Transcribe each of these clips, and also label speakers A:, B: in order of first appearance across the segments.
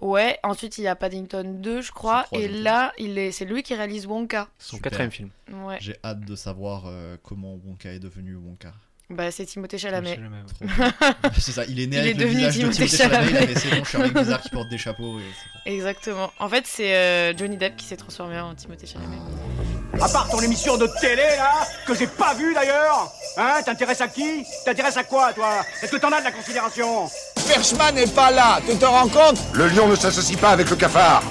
A: Ouais, ensuite il y a Paddington 2, je crois,
B: C'est le
A: et
B: troisième.
A: là, il est, c'est lui qui réalise Wonka.
C: Son
B: Super.
C: quatrième film.
A: Ouais.
B: J'ai hâte de savoir euh, comment Wonka est devenu Wonka.
A: Bah, c'est Timothée Chalamet.
C: Michel Lema, ouais.
B: Trop bien. c'est ça, il est né
A: Il
B: avec
A: est
B: le
A: devenu
B: visage
A: Timothée
B: de Timothée Chalamet.
A: Chalamet.
B: il avait ses longs cheveux bizarres qui portent des chapeaux. et c'est-
A: Exactement. En fait, c'est euh, Johnny Depp qui s'est transformé en Timothée Chalamet.
D: À part ton émission de télé, là, que j'ai pas vue d'ailleurs Hein T'intéresses à qui T'intéresses à quoi, toi Est-ce que t'en as de la considération
E: Perchman n'est pas là, tu te rends compte
F: Le lion ne s'associe pas avec le cafard.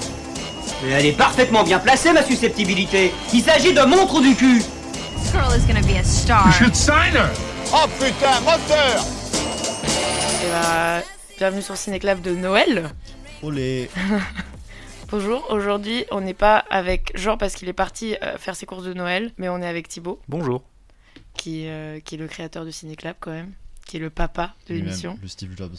D: Mais elle est parfaitement bien placée, ma susceptibilité Il s'agit de mon trou du cul
G: This girl is gonna be a star.
E: Oh putain, moteur
A: Et bah, bienvenue sur Cinéclave de Noël.
B: Olé
A: Bonjour, aujourd'hui, on n'est pas avec Jean parce qu'il est parti euh, faire ses courses de Noël, mais on est avec Thibaut,
C: Bonjour.
A: qui, euh, qui est le créateur de Cinéclave quand même, qui est le papa de
B: Lui-même,
A: l'émission.
B: Le Steve Jobs.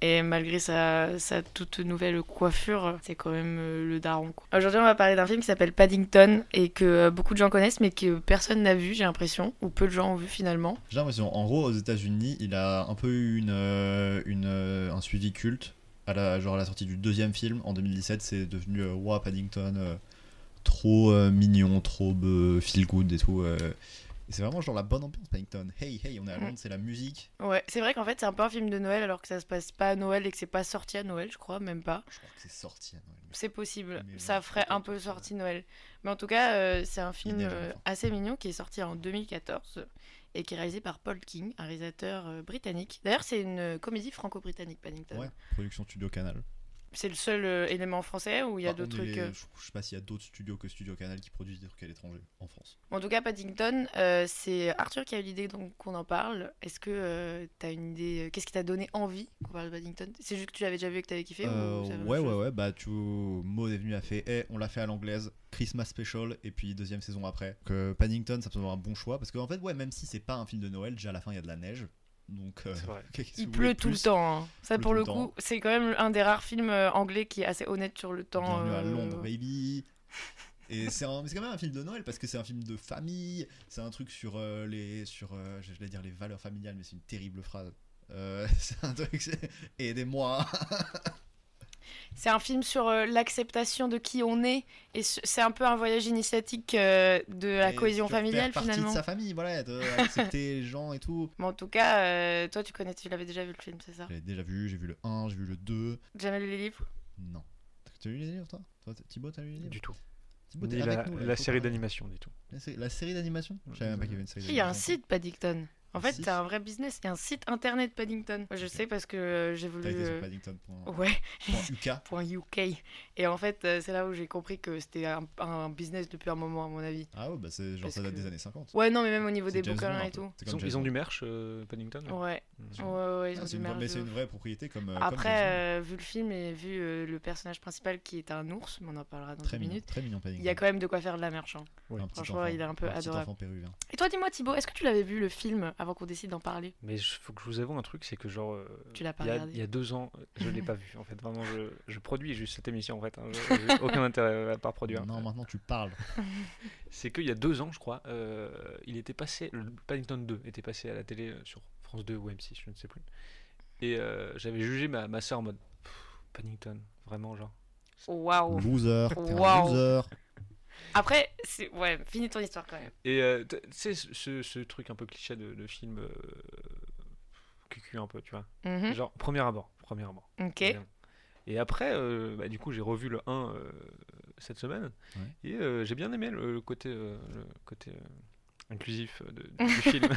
A: Et malgré sa, sa toute nouvelle coiffure, c'est quand même euh, le daron. quoi. Aujourd'hui, on va parler d'un film qui s'appelle Paddington et que euh, beaucoup de gens connaissent, mais que personne n'a vu, j'ai l'impression, ou peu de gens ont vu finalement.
B: J'ai l'impression, en gros, aux États-Unis, il a un peu eu une, euh, une, euh, un suivi culte. À la, genre à la sortie du deuxième film en 2017, c'est devenu euh, Ouah, Paddington, euh, trop euh, mignon, trop euh, feel good et tout. euh. Et c'est vraiment genre la bonne ambiance, Paddington. Hey, hey, on est à Londres, c'est la musique.
A: Ouais, c'est vrai qu'en fait, c'est un peu un film de Noël alors que ça se passe pas à Noël et que c'est pas sorti à Noël, je crois, même pas.
B: Je crois que c'est sorti à Noël.
A: C'est possible,
B: Mais
A: ça
B: non,
A: ferait un peu
B: peut-être,
A: sortie Noël. Mais en tout cas, euh, c'est un film
B: Il est déjà
A: euh,
B: enfant.
A: assez mignon qui est sorti en 2014 et qui est réalisé par Paul King, un réalisateur euh, britannique. D'ailleurs, c'est une euh, comédie franco-britannique, Paddington.
B: Ouais, production studio Canal.
A: C'est le seul euh, élément français ou il y a
B: Par
A: d'autres
B: contre,
A: trucs
B: les-
A: euh,
B: Je, je sais pas s'il y a d'autres studios que Studio Canal qui produisent des trucs à l'étranger en France.
A: En tout cas, Paddington, euh, c'est Arthur qui a eu l'idée donc qu'on en parle. Est-ce que euh, t'as une idée Qu'est-ce qui t'a donné envie qu'on parle de Paddington C'est juste que tu l'avais déjà vu et que t'avais kiffé ou
B: Euh,
A: c'est la même
B: ouais, ouais,
A: chose
B: ouais. Bah, tu... Maud est venu, a fait Eh, on l'a fait à l'anglaise, Christmas Special, et puis deuxième saison après. Que Paddington, ça peut être un bon choix. Parce qu'en fait, ouais, même si c'est pas un film de Noël, déjà à la fin, il y a de la neige. Donc, euh,
C: C'est vrai.
B: qu'est-ce que
A: Il
B: vous
A: pleut
B: voulez
A: tout le
B: plus
A: temps. hein. Ça,
B: Il pleut
A: pour
B: tout
A: le
B: le
A: coup, c'est quand même un des rares films euh, anglais qui est assez honnête sur le temps.
B: Bienvenue à
A: euh,
B: Londres, baby. Et c'est un- c'est quand même un film de Noël parce que c'est un film de famille. C'est un truc sur euh, les, sur, euh, je vais dire les valeurs familiales, mais c'est une terrible phrase. Euh, c'est un truc. c'est- Aidez-moi.
A: C'est un film sur euh, l'acceptation de qui on est et su- c'est un peu un voyage initiatique euh, de la
B: Et
A: cohésion
B: sur faire
A: familiale
B: partie
A: finalement.
B: de sa famille, voilà, de accepter les gens et tout.
A: Mais en tout cas, euh, toi, tu connais, tu l'avais déjà vu le film, c'est ça
B: J'ai déjà vu, j'ai vu le 1, j'ai vu le 2.
A: Jamais lu les livres
B: Non. T'as- T'as lu les livres toi, toi t'as- Thibaut, t'as lu les livres
C: Du tout.
B: Thibaut, t'es
C: Ni
B: avec
C: la,
B: nous, là,
C: la
B: il faut
C: série
B: parler.
C: d'animation, du tout.
B: La série- La série d'animation Je savais même pas qu'il y avait une série
A: Il y a un
B: d'animation.
A: site Paddington. En
B: Un
A: fait,
B: site
A: c'est un vrai business. Il y a un site internet Paddington. Moi, je
B: Ok.
A: sais parce que euh, j'ai voulu.
B: T'as été sur
A: euh,
B: paddington.uk.
A: Ouais, point UK. Et en fait, euh, c'est là où j'ai compris que c'était un, un business depuis un moment, à mon avis.
B: Ah ouais, bah c'est genre
A: Parce
B: ça date
A: que-
B: des années 50.
A: Ouais, non, mais même au niveau
B: C'est
A: des
B: James Bond,
A: bouquins
B: un
A: et
B: peu.
A: tout.
B: C'est
C: Ils
B: comme
C: ont,
B: James
C: ils ont
B: Bond.
C: du merch, euh, Paddington là
A: Ouais, ouais,
C: Mm.
A: ouais, ils
B: Ah,
A: ont
B: c'est
A: du
B: une vraie- Mais
A: merge
B: c'est
A: de
B: une
A: ouf.
B: vraie propriété comme. euh, comme
A: Après,
B: James
A: euh, vu le film et vu euh, le personnage principal qui est un ours, mais on en parlera
B: Bond.
A: dans
B: Très
A: deux
B: mignon,
A: minutes,
B: très mignon
A: il y a
B: Paddington.
A: quand même de quoi faire de la merch. hein.
B: Un petit
A: Franchement,
B: enfant,
A: il est un peu
B: petit
A: adorable.
B: enfant péruvien.
A: Et toi, dis-moi, Thibaut, est-ce que tu l'avais vu le film avant qu'on décide d'en parler
C: Mais il faut que je vous avoue un truc, c'est que genre. euh,
A: Tu l'as pas
C: il y a-
A: regardé.
C: Il y a deux ans, je l'ai pas vu en fait. Vraiment, je, je produis juste cette émission en fait. hein. Je- J'ai aucun intérêt à part produire.
B: Non, maintenant tu parles.
C: C'est qu'il y a deux ans, je crois, euh, il était passé, le Paddington 2 était passé à la télé euh, sur France 2 ou M6, je ne sais plus. Et euh, j'avais jugé ma, ma soeur en mode Pff, Paddington, vraiment genre.
A: Waouh
B: Loser, t'es un
A: Waouh.
B: loser.
A: Après, c'est... ouais, finis ton histoire quand même.
C: Et euh, t- tu sais, ce- ce, ce truc un peu cliché de, de film euh, cucu un peu, tu vois.
A: Mhm,
C: Genre, premier abord, premier abord.
A: Ok.
C: Bien. Et après, euh, bah, du coup, j'ai revu le 1 euh, cette semaine.
B: Ouais.
C: Et euh, j'ai bien aimé le, le côté, euh, le côté euh, inclusif euh, de- du film.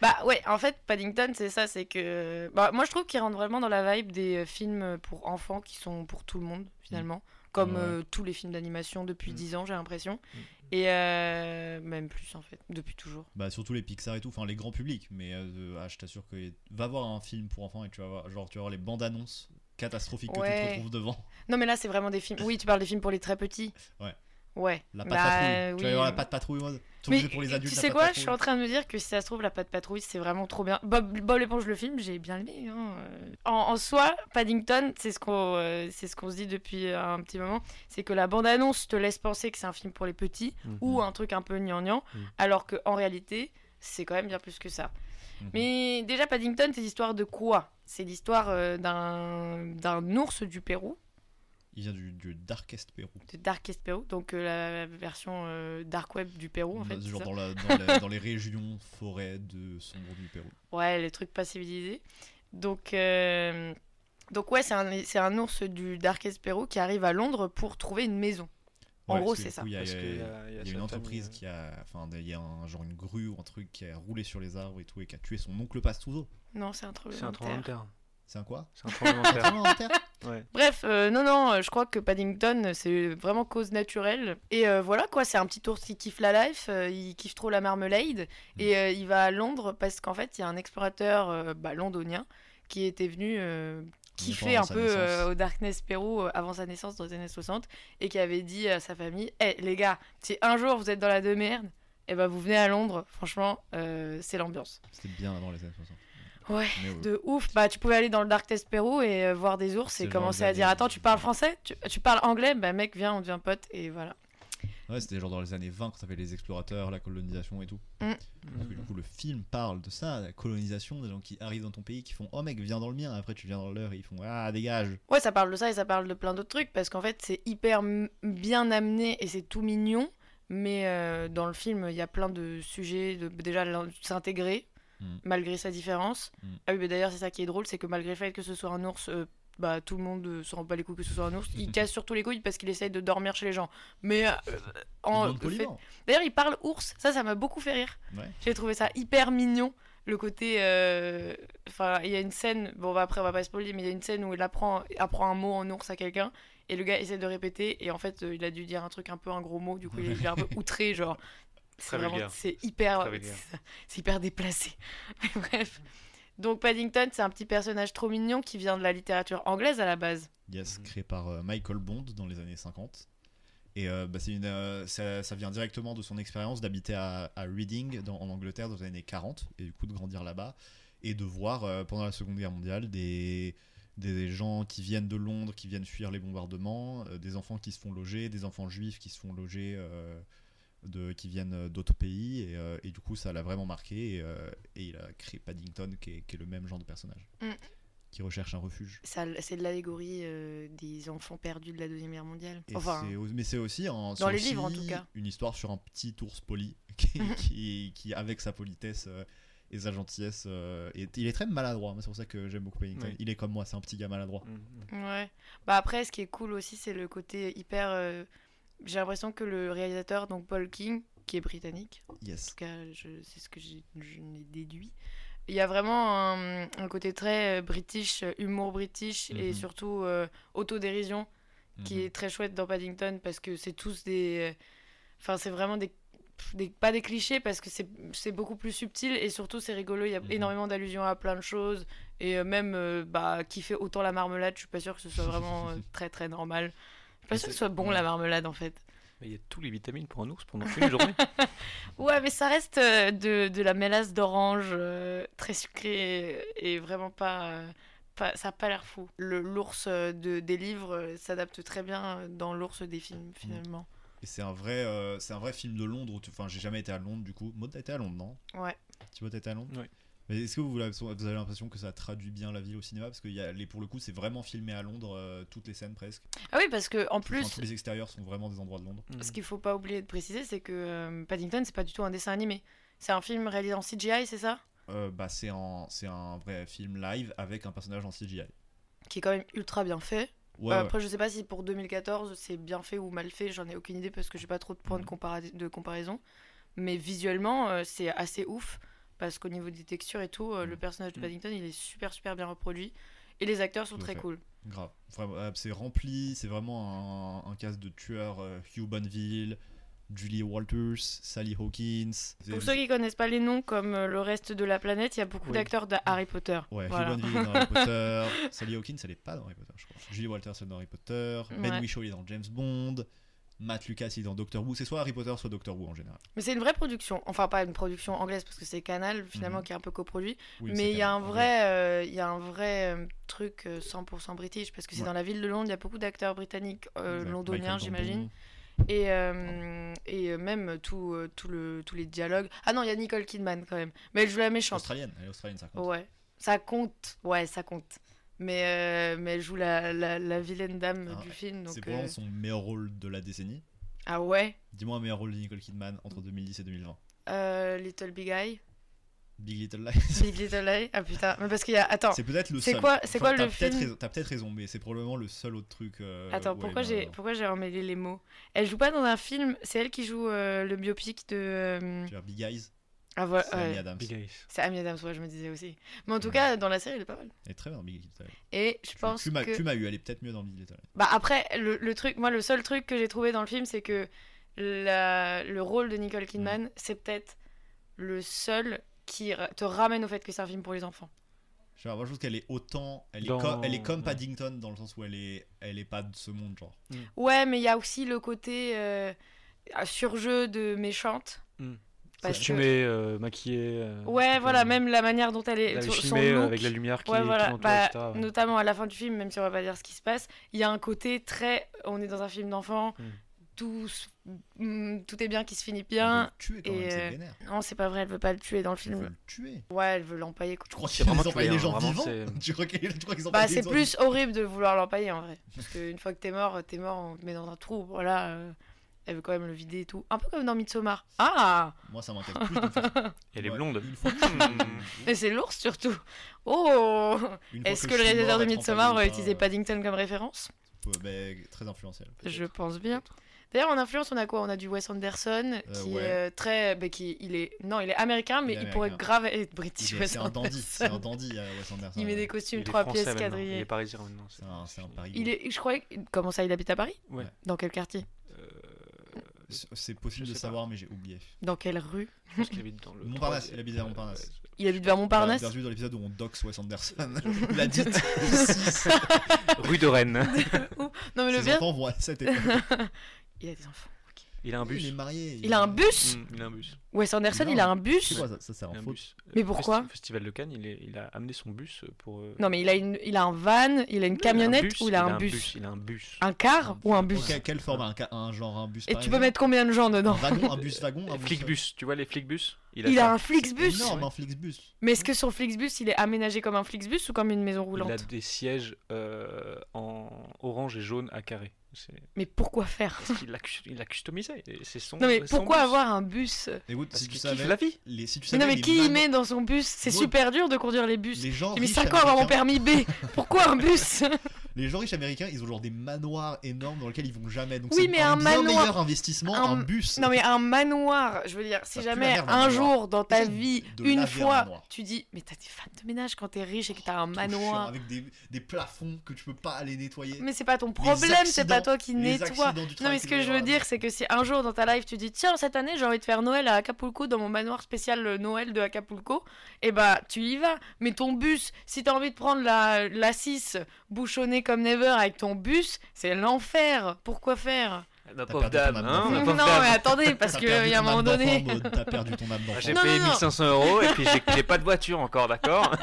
A: Bah ouais, en fait, Paddington, c'est ça, c'est que... Bah, moi, je trouve qu'il rentre vraiment dans la vibe des euh, films pour enfants qui sont pour tout le monde, finalement. Comme
B: Mm. Ouais.
A: euh, tous les films d'animation depuis 10 ans, j'ai l'impression.
C: Mm.
A: Et euh, même plus, en fait, depuis toujours.
B: Bah surtout les Pixar et tout, enfin les grands publics, mais euh, ah, je t'assure que va voir un film pour enfants et tu vas voir, genre tu vas voir les bandes annonces catastrophiques que tu
A: Ouais.
B: te retrouves devant.
A: Non, mais là, c'est vraiment des films... Oui, tu parles des films pour les très petits.
B: Ouais.
A: Ouais.
B: La patte
A: Bah,
B: patrouille. Tu vas
A: oui.
B: aller voir la patte patrouille, moi. T'es
A: Mais
B: obligé pour les adultes.
A: tu
B: la
A: sais
B: Patte
A: quoi, je
B: Patrouille.
A: suis en train de me dire que si ça se trouve, la patte patrouille, c'est vraiment trop bien. Bob, Bob l'éponge, le film, j'ai bien aimé. hein. Euh, En, en soi, Paddington, c'est ce qu'on euh, c'est ce qu'on se dit depuis euh, un petit moment, c'est que la bande-annonce te laisse penser que c'est un film pour les petits
C: Mhm.
A: ou un truc un peu gnangnan,
C: Mhm.
A: alors qu'en réalité, c'est quand même bien plus que ça.
B: Mhm.
A: Mais déjà, Paddington, c'est l'histoire de quoi C'est l'histoire euh, d'un d'un ours du Pérou,
B: Il vient du, du Darkest Pérou.
A: de Darkest Pérou, donc euh, la version euh, dark web du Pérou, en fait. c'est
B: Bah, genre
A: ça
B: dans, la- dans la- dans les régions forêts de sombre du Pérou.
A: Ouais, les trucs pas civilisés. Donc, euh, donc ouais, c'est un, c'est un ours du Darkest Pérou qui arrive à Londres pour trouver une maison. En
B: Ouais,
A: gros,
B: parce
A: c'est
B: que du
A: ça.
B: coup, Il y a,
C: Parce qu'il y
B: il
C: a, il y a
B: y a
C: sa
B: une entreprise
C: famille, euh,
B: qui a. Enfin, il y a un, genre une grue ou un truc qui a roulé sur les arbres et tout et qui a tué son oncle Pastuzo.
A: Non, c'est un
C: euh,
A: tremblement
C: C'est un
A: de terre.
C: tremblement de terre.
B: C'est un quoi
C: C'est un tremblement de terre.
B: Tremblement de terre
C: Ouais.
A: Bref, euh, non, non, euh, je crois que Paddington, c'est vraiment cause naturelle. Et euh, voilà quoi, c'est un petit ours qui kiffe la life, euh, il kiffe trop la marmelade.
B: Mm.
A: Et euh, il va à Londres parce qu'en fait, il y a un explorateur euh, bah, londonien qui était venu euh, kiffer
B: avant
A: un
B: sa
A: peu
B: naissance.
A: euh, au Darkness Pérou euh, avant sa naissance dans les années 60 et qui avait dit à sa famille Eh les gars, si un jour vous êtes dans la de merde, eh ben vous venez à Londres, franchement, euh, c'est l'ambiance.
B: C'était bien avant les années 60.
A: Ouais.
B: Mais ouais.
A: De ouf, bah tu pouvais aller dans le Darkest Pérou et euh, voir des ours
B: C'est
A: et
B: le
A: commencer
B: genre
A: à
B: de-
A: dire attends tu parles français, tu, tu parles anglais, bah mec viens on devient pote et voilà.
B: Ouais, c'était genre dans les années 20 quand t'avais les explorateurs, la colonisation et tout. Parce que du coup, le film parle de ça, la colonisation, des gens qui arrivent dans ton pays, qui font Oh mec, viens dans le mien, après tu viens dans leur, et ils font Ah, dégage
A: Ouais ça parle de ça et ça parle de plein d'autres trucs parce qu'en fait c'est hyper m- bien amené et c'est tout mignon mais euh, dans le film il y a plein de sujets de déjà l'in- s'intégrer
B: Mm.
A: malgré sa différence.
B: Mm.
A: Ah oui mais d'ailleurs c'est ça qui est drôle c'est que malgré le fait que ce soit un ours euh, bah tout le monde euh, s'en rend pas les couilles que ce soit un ours, il casse surtout les couilles parce qu'il essaye de dormir chez les gens. Mais euh,
B: En
A: en fait- D'ailleurs, il parle ours. Ça, ça m'a beaucoup fait rire.
B: Ouais.
A: J'ai trouvé ça hyper mignon. Le côté. euh, Enfin, il y a une scène. Bon, bah, après, on va pas spoiler, mais il y a une scène où il apprend, il apprend un mot en ours à quelqu'un. Et le gars essaie de répéter. Et en fait, euh, il a dû dire un truc un peu un gros mot. Du coup, il est un peu outré. Genre. C'est
C: Très
A: vraiment.
C: vulgaire.
A: C'est hyper.
C: Très vulgaire.
A: C'est hyper déplacé. Mais Bref. Donc, Paddington, c'est un petit personnage trop mignon qui vient de la littérature anglaise à la base.
B: Yes,
C: Mhm.
B: créé par euh, Michael Bond dans les années 50. Et euh, bah, c'est une, euh, ça, ça vient directement de son expérience d'habiter à, à Reading dans- en Angleterre dans les années 40 et du coup de grandir là-bas et de voir euh, pendant la Seconde Guerre mondiale des, des gens qui viennent de Londres, qui viennent fuir les bombardements, euh, des enfants qui se font loger, des enfants juifs qui se font loger, euh, de, qui viennent d'autres pays et, euh, et du coup ça l'a vraiment marqué et, euh, et il a créé Paddington qui est, qui est le même genre de personnage
A: Mhm.
B: qui recherche un refuge.
A: Ça, C'est de l'allégorie euh, des enfants perdus de la Deuxième Guerre mondiale.
B: Et
A: Enfin.
B: c'est au- mais c'est aussi, en,
A: dans
B: c'est
A: les
B: aussi
A: livres, en tout cas.
B: une histoire sur un petit ours poli qui, qui, qui, avec sa politesse euh, et sa gentillesse, euh, est- il est très maladroit. Moi, C'est pour ça que j'aime beaucoup Paddington.
C: Oui.
B: Il est comme moi, c'est un petit gars maladroit.
C: Mm,
A: Ouais. Bah après, ce qui est cool aussi, c'est le côté hyper. euh, J'ai l'impression que le réalisateur, donc Paul King, qui est britannique, en
B: Yes.
A: tout cas, je- c'est ce que j'ai- je n'ai déduit. Il y a vraiment un, un côté très euh, british, euh, humour british et
B: Mhm.
A: surtout euh, autodérision
C: Mhm.
A: qui est très chouette dans Paddington parce que c'est tous des. euh, Enfin, c'est vraiment des. des- pas des clichés parce que c'est c'est beaucoup plus subtil et surtout c'est rigolo. Il y a
B: Mhm.
A: énormément d'allusions à plein de choses et euh, même euh, bah, kiffer autant la marmelade, je suis pas sûre que ce soit vraiment euh, très très normal. Je suis pas
C: Mais
A: sûre que ce
C: c'est-
A: soit bon
C: ouais.
A: la marmelade en fait.
C: Mais il y a tous les vitamines pour un ours pendant une journée.
A: Ouais, mais ça reste euh, de, de la mélasse d'orange euh, très sucrée et, et vraiment pas, euh, pas- Ça a pas l'air fou. Le- L'ours euh, de, des livres euh, s'adapte très bien euh, dans l'ours des films
C: Mhm.
A: finalement.
B: Et c'est un, vrai, euh, c'est un vrai film de Londres. où tu- Enfin, j'ai jamais été à Londres du coup. Maud, t'as été à Londres, non
A: Ouais.
B: Thibaut, t'as été à Londres
C: Oui.
B: Mais est-ce que vous, l'avez- vous avez l'impression que ça traduit bien la ville au cinéma Parce que y a, les- pour le coup, c'est vraiment filmé à Londres, euh, toutes les scènes presque.
A: Ah oui, parce que en
B: Enfin,
A: plus,
B: tous les extérieurs sont vraiment des endroits de Londres.
C: Mm.
A: Ce qu'il faut pas oublier de préciser, c'est que euh, Paddington, c'est pas du tout un dessin animé. C'est un film réalisé en CGI, c'est ça
B: Euh, bah, c'est un, c'est un vrai film live avec un personnage en CGI.
A: Qui est quand même ultra bien fait.
B: Ouais,
A: Euh,
B: ouais.
A: Après, je sais pas si pour 2014, c'est bien fait ou mal fait, j'en ai aucune idée parce que j'ai pas trop de points
B: Mm.
A: de, compara- de comparaison. Mais visuellement, euh, c'est assez ouf parce qu'au niveau des textures et tout,
B: Mm.
A: euh, le personnage de
C: Mhm.
A: Paddington, il est super, super bien reproduit. Et les acteurs sont
B: Tout à
A: très
B: fait.
A: cool.
B: Grave. Vraiment, euh, c'est rempli, c'est vraiment un, un cast de tueurs euh, Hugh Bonville, Julie Walters, Sally Hawkins. C'est-
A: Pour ceux qui connaissent pas les noms, comme euh, le reste de la planète, il y a beaucoup
C: Oui.
A: d'acteurs de Harry Potter.
B: Ouais,
A: Voilà.
B: Hugh Bonville est dans Harry Potter, Sally Hawkins elle est pas dans Harry Potter, je crois. Julie Walters elle est dans Harry Potter, Ben
A: Ouais.
B: Whishaw il est dans James Bond, Matt Lucas il est dans Doctor Who. C'est soit Harry Potter, soit Doctor Who en général.
A: Mais c'est une vraie production. Enfin, pas une production anglaise parce que c'est Canal finalement
B: Mhm.
A: qui est un peu coproduit.
B: Oui, c'est
A: mais il y a
B: quand
A: un
B: même-
A: vrai, euh, il y a un vrai euh, truc euh, 100% british parce que c'est
B: Ouais.
A: dans la ville de Londres, il y a beaucoup d'acteurs britanniques, euh,
B: Exact.
A: londoniens,
B: Michael Gambon.
A: j'imagine. Et, euh, et euh, même tout, euh, tout le, tous les dialogues. Ah non, il y a Nicole Kidman quand même. Mais elle joue la méchante.
B: Australienne, elle est australienne, ça compte.
A: Ouais, ça compte. Ouais, ça compte. Mais, euh, mais elle joue la, la, la vilaine dame
B: Ah,
A: du film.
B: c'est
A: Donc,
B: probablement
A: euh,
B: son meilleur rôle de la décennie.
A: Ah ouais
B: Dis-moi un meilleur rôle de Nicole Kidman entre 2010 et 2020.
A: Euh, Little Big Eye.
B: Big Little Lies.
A: Big Little Eye. Ah putain. Mais parce qu'il y a. Attends.
B: C'est peut-être le
A: C'est
B: seul.
A: quoi- c'est quoi
B: t'as
A: le
B: peut-être
A: film
B: raison- T'as peut-être raison, mais c'est probablement le seul autre truc. euh,
A: Attends,
B: où
A: pourquoi
B: elle est
A: j'ai
B: dans-
A: pourquoi j'ai emmêlé les mots Elle joue pas dans un film, c'est elle qui joue euh, le biopic de. euh,
B: Tu veux dire Big Eyes
A: Ah voilà,
B: C'est
A: ouais.
B: Amy Adams.
C: Big Eyes.
A: c'est Amy Adams, ouais, je me disais aussi. Mais en tout
B: Ouais.
A: cas, dans la série, elle est pas mal.
B: Elle est très bien, dans Big Little Lies.
A: Et je pense
B: Tu m'as
A: que.
B: eu, elle est peut-être mieux dans Big Little Lies.
A: Bah après, le, le truc, moi, le seul truc que j'ai trouvé dans le film, c'est que la- le rôle de Nicole
B: Mm.
A: Kidman, c'est peut-être le seul qui ra- te ramène au fait que c'est un film pour les enfants.
B: Je sais pas, moi je trouve qu'elle est autant. Elle est,
C: Dans-
B: comme, elle est comme
C: ouais.
B: Paddington dans le sens où elle est, elle est pas de ce monde, genre.
A: Ouais, mais il y a aussi le côté euh, surjeu de méchante.
C: Mm.
A: Parce que-
C: Costumée, euh, maquillée. euh,
A: Ouais,
C: tout
A: voilà,
C: comme-
A: même la manière dont elle est.
C: la
A: son- son
C: chimée, euh,
A: look.
C: avec la lumière qui
A: Ouais,
C: qui
A: voilà.
C: l'entoure,
A: Bah,
C: etc., ouais.
A: Notamment à la fin du film, même si on va pas dire ce qui se passe, il y a un côté très. On est dans un film d'enfant,
C: Mm.
A: tout, s- mm, tout est bien qui se finit
B: Elle
A: bien.
B: veut le tuer quand
A: et,
B: même,
A: euh,
B: c'est vénère.
A: Non, c'est pas vrai, elle veut pas le tuer dans le
B: Elle veut
A: film.
B: le tuer.
A: Ouais, elle veut l'empailler. quoi.
B: Tu crois
C: C'est
B: qu'ils
C: vraiment
B: les empaillent
C: tuer,
B: les
C: hein,
B: gens
C: vraiment,
B: vivants
C: c'est-
B: Tu crois qu'ils tu crois qu'ils
A: Bah,
B: empaillent
A: c'est
B: les gens
A: plus horrible de vouloir l'empailler en vrai. Parce qu'une fois que t'es mort, t'es mort, on te met dans un trou, voilà. euh, Elle veut quand même le vider et tout. Un peu comme dans Midsommar. Ah
B: Moi ça m'intéresse plus de faire.
C: Elle est
B: Ouais,
C: blonde.
B: Une fois que,
A: Mais c'est l'ours surtout Oh
B: une fois
A: Est-ce que,
B: je
A: le
B: suis
A: réalisateur
B: mort,
A: de
B: être
A: Midsommar
B: empaillé
A: aurait
B: ou pas,
A: utilisé
B: euh,
A: Paddington comme référence
B: ouais, bah, Très influentiel.
A: Je pense bien. D'ailleurs, en influence, on a quoi On a du Wes Anderson, qui
B: ouais.
A: est euh, très. bah, qui, il est, non, il est américain, mais il,
B: est
A: pourrait
B: américain.
A: grave être british.
B: Il est-
A: Wes
B: C'est un dandy, c'est
A: Anderson.
B: un dandy, euh, Wes Anderson.
A: Il met
B: ouais.
A: des costumes
C: Il est
A: trois
C: français
A: pièces
C: maintenant, Il est
A: quadrillées.
C: parisien maintenant.
B: C'est un, c'est un pari.
A: Il est, je croyais. que- Comment ça, il habite à Paris
C: Ouais.
A: Dans quel quartier
C: Euh,
B: C'est- C'est possible
C: Je
B: de
C: sais pas.
B: savoir, mais j'ai oublié.
A: Dans quelle rue
C: Je pense qu'il habite dans le.
B: Montparnasse,
C: troisième.
B: il habite à Montparnasse.
C: Euh,
A: Il habite vers Montparnasse
B: Bienvenue dans l'épisode où on dox Wes Anderson. La dite le 6.
C: Rue de Rennes.
A: Non, mais le
B: Ses
A: bien.
B: enfants vont à cette époque.
A: Il a des enfants.
C: Il a un
B: Il est
C: bus.
B: marié.
A: Il a un bus
C: Mm, Il a un bus.
A: Wes Anderson,
B: Il a
A: il a
B: un-
A: un
B: C'est
A: bus
B: quoi ça Ça sert
C: Il a
B: en
C: un
B: faute.
C: bus.
A: Mais
C: Le
A: pourquoi
C: festi- Festival de Cannes, il, est- il a amené son bus pour. euh,
A: Non, mais il a, une, il a un van, il a une
C: il a un
A: camionnette
C: bus,
A: ou il a un bus
C: Il a un bus.
A: Un car ou un bus
B: Ok, quel format un, ca- un genre, un bus
A: Et tu peux
B: parisien
A: mettre combien de gens
B: Un
A: dedans
B: wagon, un bus wagon
C: Un
B: Ah, un
C: flic
B: bus.
C: bus. Tu vois les flic bus
A: Il a
C: ça.
A: un Flixbus
B: Non, mais un Flixbus.
A: Mais est-ce que son Flixbus, il est aménagé comme un Flixbus ou comme une maison
C: Il a
A: roulante
C: des sièges euh, en orange et jaune à carré. C'est-
A: Mais pourquoi faire
C: Parce qu'il l'a cu- il l'a customisé. et C'est son.
A: Non mais
C: son
A: pourquoi
C: bus.
A: avoir un bus
B: Écoute,
C: Parce
B: si tu
C: qu'il kiffe
B: savais.
C: la vie.
B: les- Si tu
A: Mais
B: savais.
A: non mais
B: les
A: qui y
B: man-
A: met dans son bus C'est
B: Moi-
A: super dur de conduire les bus
B: les gens,
A: J'ai mis
B: riches
A: 5 ans à avoir mon
B: américains-
A: permis B Pourquoi un bus
B: les gens riches américains, ils ont genre des manoirs énormes dans lesquels ils vont jamais. Donc
A: Oui,
B: c'est
A: mais
B: un,
A: un
B: bien
A: manoir-
B: meilleur investissement,
A: un-
B: un, bus.
A: Non mais un manoir, je veux dire, si
B: Ça pue
A: jamais
B: la merde, un
A: un
B: manoir.
A: jour dans ta
B: C'est
A: vie,
B: de
A: une
B: laver un
A: fois,
B: manoir. Oh,
A: tu dis, mais t'as des femmes de ménage quand t'es riche et que t'as un
B: Trop chiant,
A: manoir.
B: Avec des, des plafonds que tu peux pas aller nettoyer.
A: Mais c'est pas ton problème, c'est pas
B: accidents-
A: toi qui
B: les
A: nettoie.
B: accidents du
A: Non mais
B: travail
A: ce
B: qui
A: que
B: doivent
A: je veux
B: avoir.
A: dire c'est que si un jour dans ta life tu dis tiens cette année j'ai envie de faire Noël à Acapulco dans mon manoir spécial euh, Noël de Acapulco et bah tu y vas mais ton bus si t'as envie de prendre la, la 6 bouchonnée comme never avec ton bus c'est l'enfer pourquoi faire
C: La
B: pauvre
C: pauvre
B: dame,
C: dame.
B: hein, la
A: Non mais attendez parce
B: T'as
A: qu'il
B: perdu
A: y a un
B: ton âme
A: moment
B: d'enfant,
A: donné
B: Maud, T'as perdu ton âme d'enfant.
C: J'ai
A: Non,
C: payé
A: non, non.
C: 1500 euros et puis j'ai- j'ai pas de voiture encore, d'accord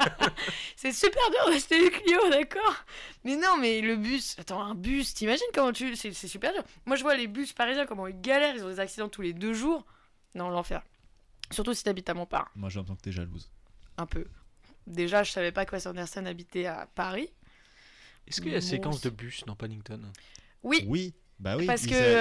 A: c'est super dur de rester le Clio d'accord mais non mais le bus attends un bus t'imagines comment tu c'est c'est super dur moi je vois les bus parisiens comment ils galèrent ils ont des accidents tous les deux jours non l'enfer surtout si t'habites à Montparnasse
B: Moi j'ai l'impression que t'es jalouse.
A: un peu. Déjà, je savais pas que Wes Anderson habitait à Paris.
C: Est-ce qu'il y a
A: Mon
C: séquence de bus dans
A: Euh,
C: Paddington
A: Oui,
B: Oui, bah oui.
A: Parce
B: il
A: que,
B: sait- il a-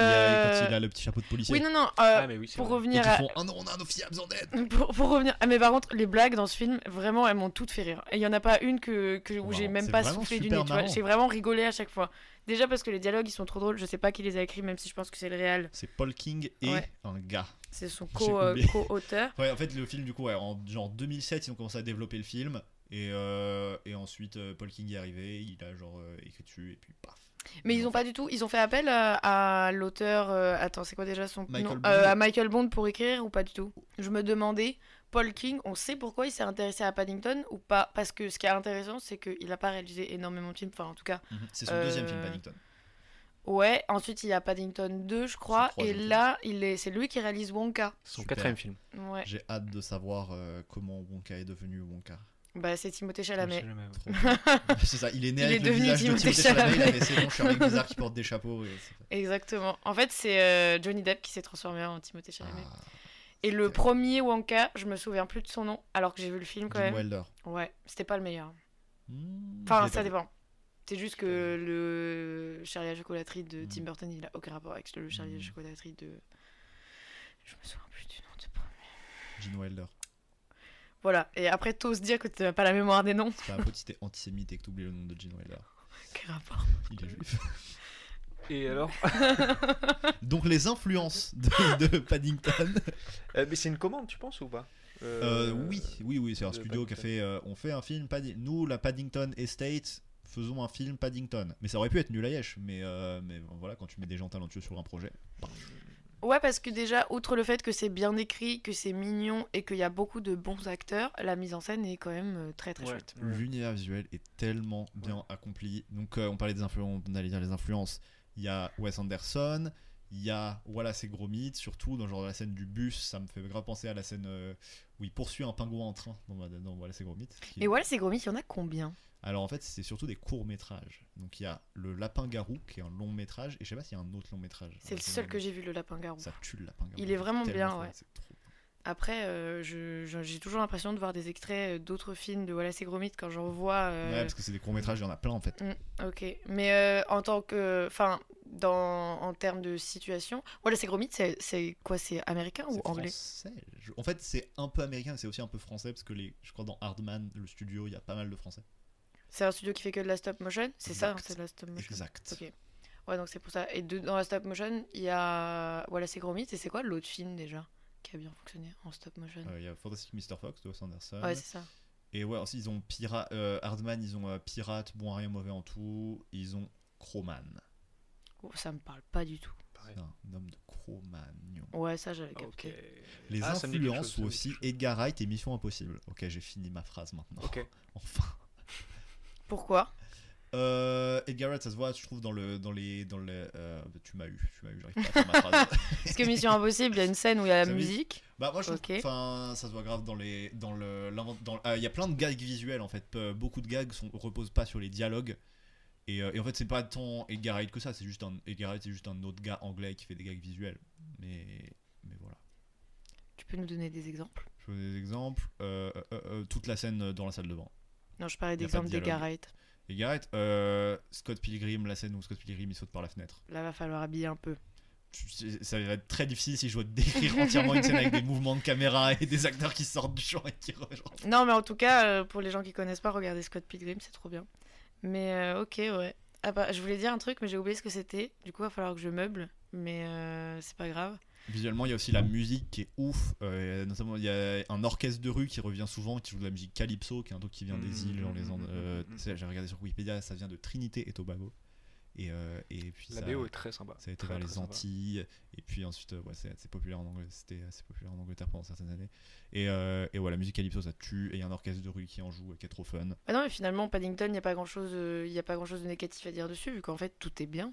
A: euh,
B: quand il a le petit chapeau de policier.
A: oui, non, non. euh,
C: Ah, mais oui, c'est
A: pour
C: vrai.
A: revenir
B: Et
A: à.
B: qu'ils font, Ah non, Ah, on a un officier, besoin d'aide.
A: Pour, pour revenir. Ah, mais par contre, les blagues dans ce film, vraiment, elles m'ont toutes fait rire. Et il y en a pas une que, que- où
B: Wow,
A: j'ai même
B: c'est
A: pas
B: vraiment
A: soufflé du nez.
B: super
A: tu vois.
B: marrant.
A: J'ai vraiment rigolé à chaque fois. Déjà parce que les dialogues, ils sont trop drôles. Je sais pas qui les a écrits, même si je pense que c'est le réel.
B: C'est Paul King et
A: Ouais.
B: un gars.
A: C'est son
B: J'ai
A: co- euh,
B: oublié.
A: co-auteur.
B: Ouais, en fait, le film, du coup, ouais, en genre 2007, ils ont commencé à développer le film. Et, euh, et ensuite, euh, Paul King est arrivé, il a genre euh, écrit dessus, et puis paf.
A: mais ils ont pas du tout. Ils ont fait appel euh, à l'auteur. euh, attends, c'est quoi déjà son
B: Michael
A: nom
B: Bond.
A: Euh, À Michael Bond pour écrire ou pas du tout Je me demandais, Paul King, on sait pourquoi il s'est intéressé à Paddington ou pas Parce que ce qui est intéressant, c'est qu'il a pas réalisé énormément de films. Enfin, en tout cas,
B: Mhm. C'est son
A: Euh,
B: deuxième film, Paddington.
A: ouais. Ensuite, il y a Paddington 2, je crois.
B: Son
A: Et
B: troisième film.
A: là, il est, c'est lui qui réalise Wonka.
C: Son
B: Super.
C: quatrième film.
A: Ouais.
B: J'ai hâte de savoir euh, comment Wonka est devenu Wonka.
A: Bah, c'est Timothée Chalamet.
C: Jamais, ouais.
B: C'est ça, il est né
A: Il
B: avec
A: est
B: le
A: devenu
B: visage de
A: Timothée
B: Timothée Chalamet, il a
A: Chalamet.
B: fait, c'est bon, je suis un mec bizarre qui porte des chapeaux. et c'est-
A: Exactement. En fait, c'est euh, Johnny Depp qui s'est transformé en Timothée Chalamet.
B: Ah,
A: Et le
B: ok.
A: premier Wonka, je me souviens plus de son nom, alors que j'ai vu le film quand
B: Gene
A: même.
B: Wilder.
A: Ouais, c'était pas le meilleur.
B: Hmm, je
A: Enfin,
B: l'ai
A: ça
B: pas vu.
A: dépend. C'est juste que
B: pas
A: le Charlie à la chocolaterie de
B: Mm.
A: Tim Burton, il a aucun rapport avec le Charlie à la
B: Mm.
A: chocolaterie de. Je me souviens plus du nom du premier.
B: Gene Wilder.
A: Voilà, et après, t'oses dire que t'as pas la mémoire des noms.
B: C'est pas un peu si t'es antisémite et que t'oublies le nom de Gene Wilder.
A: Quel rapport
B: Il est juif.
C: Et alors
B: Donc les influences de, de Paddington.
C: Euh, Mais c'est une commande, tu penses ou pas
B: Euh,
C: Euh,
B: oui, oui, oui, c'est un
C: de
B: studio qui a
C: Paddington.
B: fait. euh, on fait un film. Paddi- Nous, la Paddington Estate, faisons un film Paddington. Mais ça aurait pu être nul à Yesh. Mais, euh, mais voilà, quand tu mets des gens talentueux sur un projet.
A: Ouais, parce que déjà, outre le fait que c'est bien écrit, que c'est mignon et qu'il y a beaucoup de bons acteurs, la mise en scène est quand même euh, très très
C: Ouais.
A: chouette.
B: L'univers visuel est tellement bien accompli. Donc, euh, on parlait des influences, on allait dire les influences. Il y a Wes Anderson, il y a Wallace et Gromit, surtout dans genre la scène du bus. Ça me fait grave penser à la scène euh, où il poursuit un pingouin en train dans, dans Wallace et Gromit. qui est-
A: Et Wallace c'est Gromit, il y en a combien
B: Alors en fait, c'est surtout des courts-métrages. Donc il y a le Lapin-Garou qui est un long-métrage, et je sais pas s'il y a un autre long-métrage.
A: C'est le
B: Alors,
A: seul que
B: vraiment-
A: j'ai vu, le Lapin-Garou.
B: Ça tue le Lapin-Garou.
A: Il est vraiment
B: Tellement
A: bien,
B: fort,
A: ouais.
B: c'est trop.
A: Après, euh, je- je- j'ai toujours l'impression de voir des extraits euh, d'autres films de Wallace et Gromit quand j'en vois. euh,
B: Ouais, parce que c'est des courts-métrages, il y en a plein en fait.
A: Ok, mais euh, en tant que, enfin, dans en termes de situation, Wallace et Gromit, c'est c'est quoi, c'est américain ou
B: C'est
A: anglais
B: français. je- En fait, c'est un peu américain, mais c'est aussi un peu français, parce que les... je crois dans Hardman, le studio, il y a pas mal de français.
A: C'est un studio qui fait que de la stop motion, c'est ça, hein,
B: Exact.
A: c'est de la stop motion.
B: Exact.
A: Ok. Ouais, donc c'est pour ça. Et de- dans la stop motion, il y a Wallace et Gromit, et c'est quoi l'autre film déjà qui a bien fonctionné en stop motion
B: Euh, Il y a Fantastic Mr. Fox de Wes Anderson.
A: Ouais, c'est ça.
B: et ouais, aussi, ils ont Pira... euh, Hardman, ils ont euh, Pirate, Bon à Rien, Mauvais en Tout, ils ont Croman.
A: Oh, ça me parle pas du tout.
C: Pareil.
B: C'est un homme de Cro-Magnon.
A: Ouais, ça j'avais
C: Ah,
A: capté.
B: Les
C: Ah, ça me dit quelque
B: influences
C: chose, ça
B: ou
C: me dit
B: aussi
C: quelque chose.
B: Edgar Wright et Mission Impossible. Ok, j'ai fini ma phrase maintenant.
C: Ok.
B: Enfin.
A: Pourquoi
B: Euh, Edgar Wright, ça se voit, je trouve, dans le. Dans les, dans le euh, tu m'as eu, tu m'as eu, j'arrive pas à faire ma phrase.
A: Parce que Mission Impossible, il y a une scène où il y a
B: Ça
A: la
B: me dit-
A: musique.
B: Bah, moi, je trouve.
A: Ok.
B: Enfin, ça se voit grave dans les. Dans le. l'invent- dans le- ah, Il y a plein de gags visuels, en fait. Peu- Beaucoup de gags sont, reposent pas sur les dialogues. Et, euh, et en fait, c'est pas tant Edgar Wright que ça, c'est juste un. Edgar Wright, c'est juste un autre gars anglais qui fait des gags visuels. Mais. Mais voilà.
A: Tu peux nous donner des exemples
B: Je vous donne des exemples. Euh, euh, euh, toute la scène dans la salle de bain.
A: Non, je parlais
B: Il y a pas de
A: d'exemples de
B: dialogue.
A: Garrett.
B: Et Garrett, euh, Scott Pilgrim, la scène où Scott Pilgrim il saute par la fenêtre.
A: Là, va falloir habiller un peu.
B: Tu- Ça va être très difficile si je dois te décrire entièrement une scène avec des mouvements de caméra et des acteurs qui sortent du champ et qui re- genre-
A: Non, mais en tout cas, euh, pour les gens qui connaissent pas, regardez Scott Pilgrim, c'est trop bien. Mais euh, ok, ouais. Ah bah, je voulais dire un truc, mais j'ai oublié ce que c'était. Du coup, va falloir que je meuble, mais euh, c'est pas grave.
B: Visuellement, il y a aussi la musique qui est ouf. Euh, notamment, il y a un orchestre de rue qui revient souvent, qui joue de la musique calypso, qui est un truc qui vient des
C: Mmh,
B: îles dans les
C: mmh,
B: Andes. Euh,
C: mmh, mmh.
B: c'est- J'ai regardé sur Wikipédia, ça vient de Trinité et Tobago. Et, euh, et puis
C: La
B: ça-
C: BO est très sympa.
B: Ça a été
C: Très,
B: vers
C: très
B: les
C: sympa.
B: Antilles, et puis ensuite, euh, ouais, c'est c'est populaire en Angleterre, c'était assez populaire en Angleterre pendant certaines années. Et, euh, et ouais, la musique calypso, ça tue, et il y a un orchestre de rue qui en joue, et qui est trop fun.
A: Ah non, mais finalement, Paddington, il n'y a, pas grand-chose, euh, y a pas grand-chose de négatif à dire dessus, vu qu'en fait, tout est bien.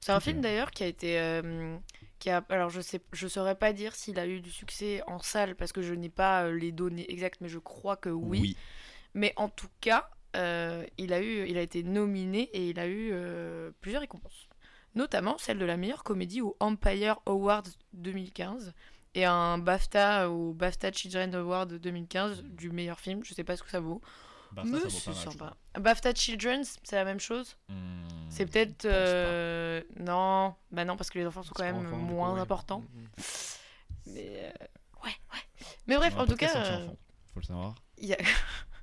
A: C'est un
B: Tout est
A: film
B: bien.
A: d'ailleurs qui a été. euh, qui a, alors, je sais, je saurais pas dire s'il a eu du succès en salle, parce que je n'ai pas euh, les données exactes, mais je crois que oui. Mais en tout cas, euh, il, a eu, il a été nominé et il a eu euh, plusieurs récompenses. Notamment celle de la meilleure comédie au Empire Awards 2015 et un BAFTA au BAFTA Children Award 2015 du meilleur film. Je sais pas ce que ça vaut.
B: Bah,
A: mais
B: ça, ça
A: c'est
B: vaut pas mal, je
A: sympa. BAFTA Children's, c'est la même chose
B: trouve. Hmm,
A: C'est
B: je
A: peut-être.
B: pense pas.
A: euh, Non, bah non, parce que les enfants sont
C: Parce
A: quand
C: qu'on
A: même
C: va vraiment
A: moins
B: hein.
C: découvrir.
A: importants.
C: Mm, mm.
A: Mais euh, ouais, ouais. Mais bref,
B: On a un
A: en tout
B: podcast
A: cas.
B: sorti
A: euh,
B: enfant, Faut le savoir.
A: il y a-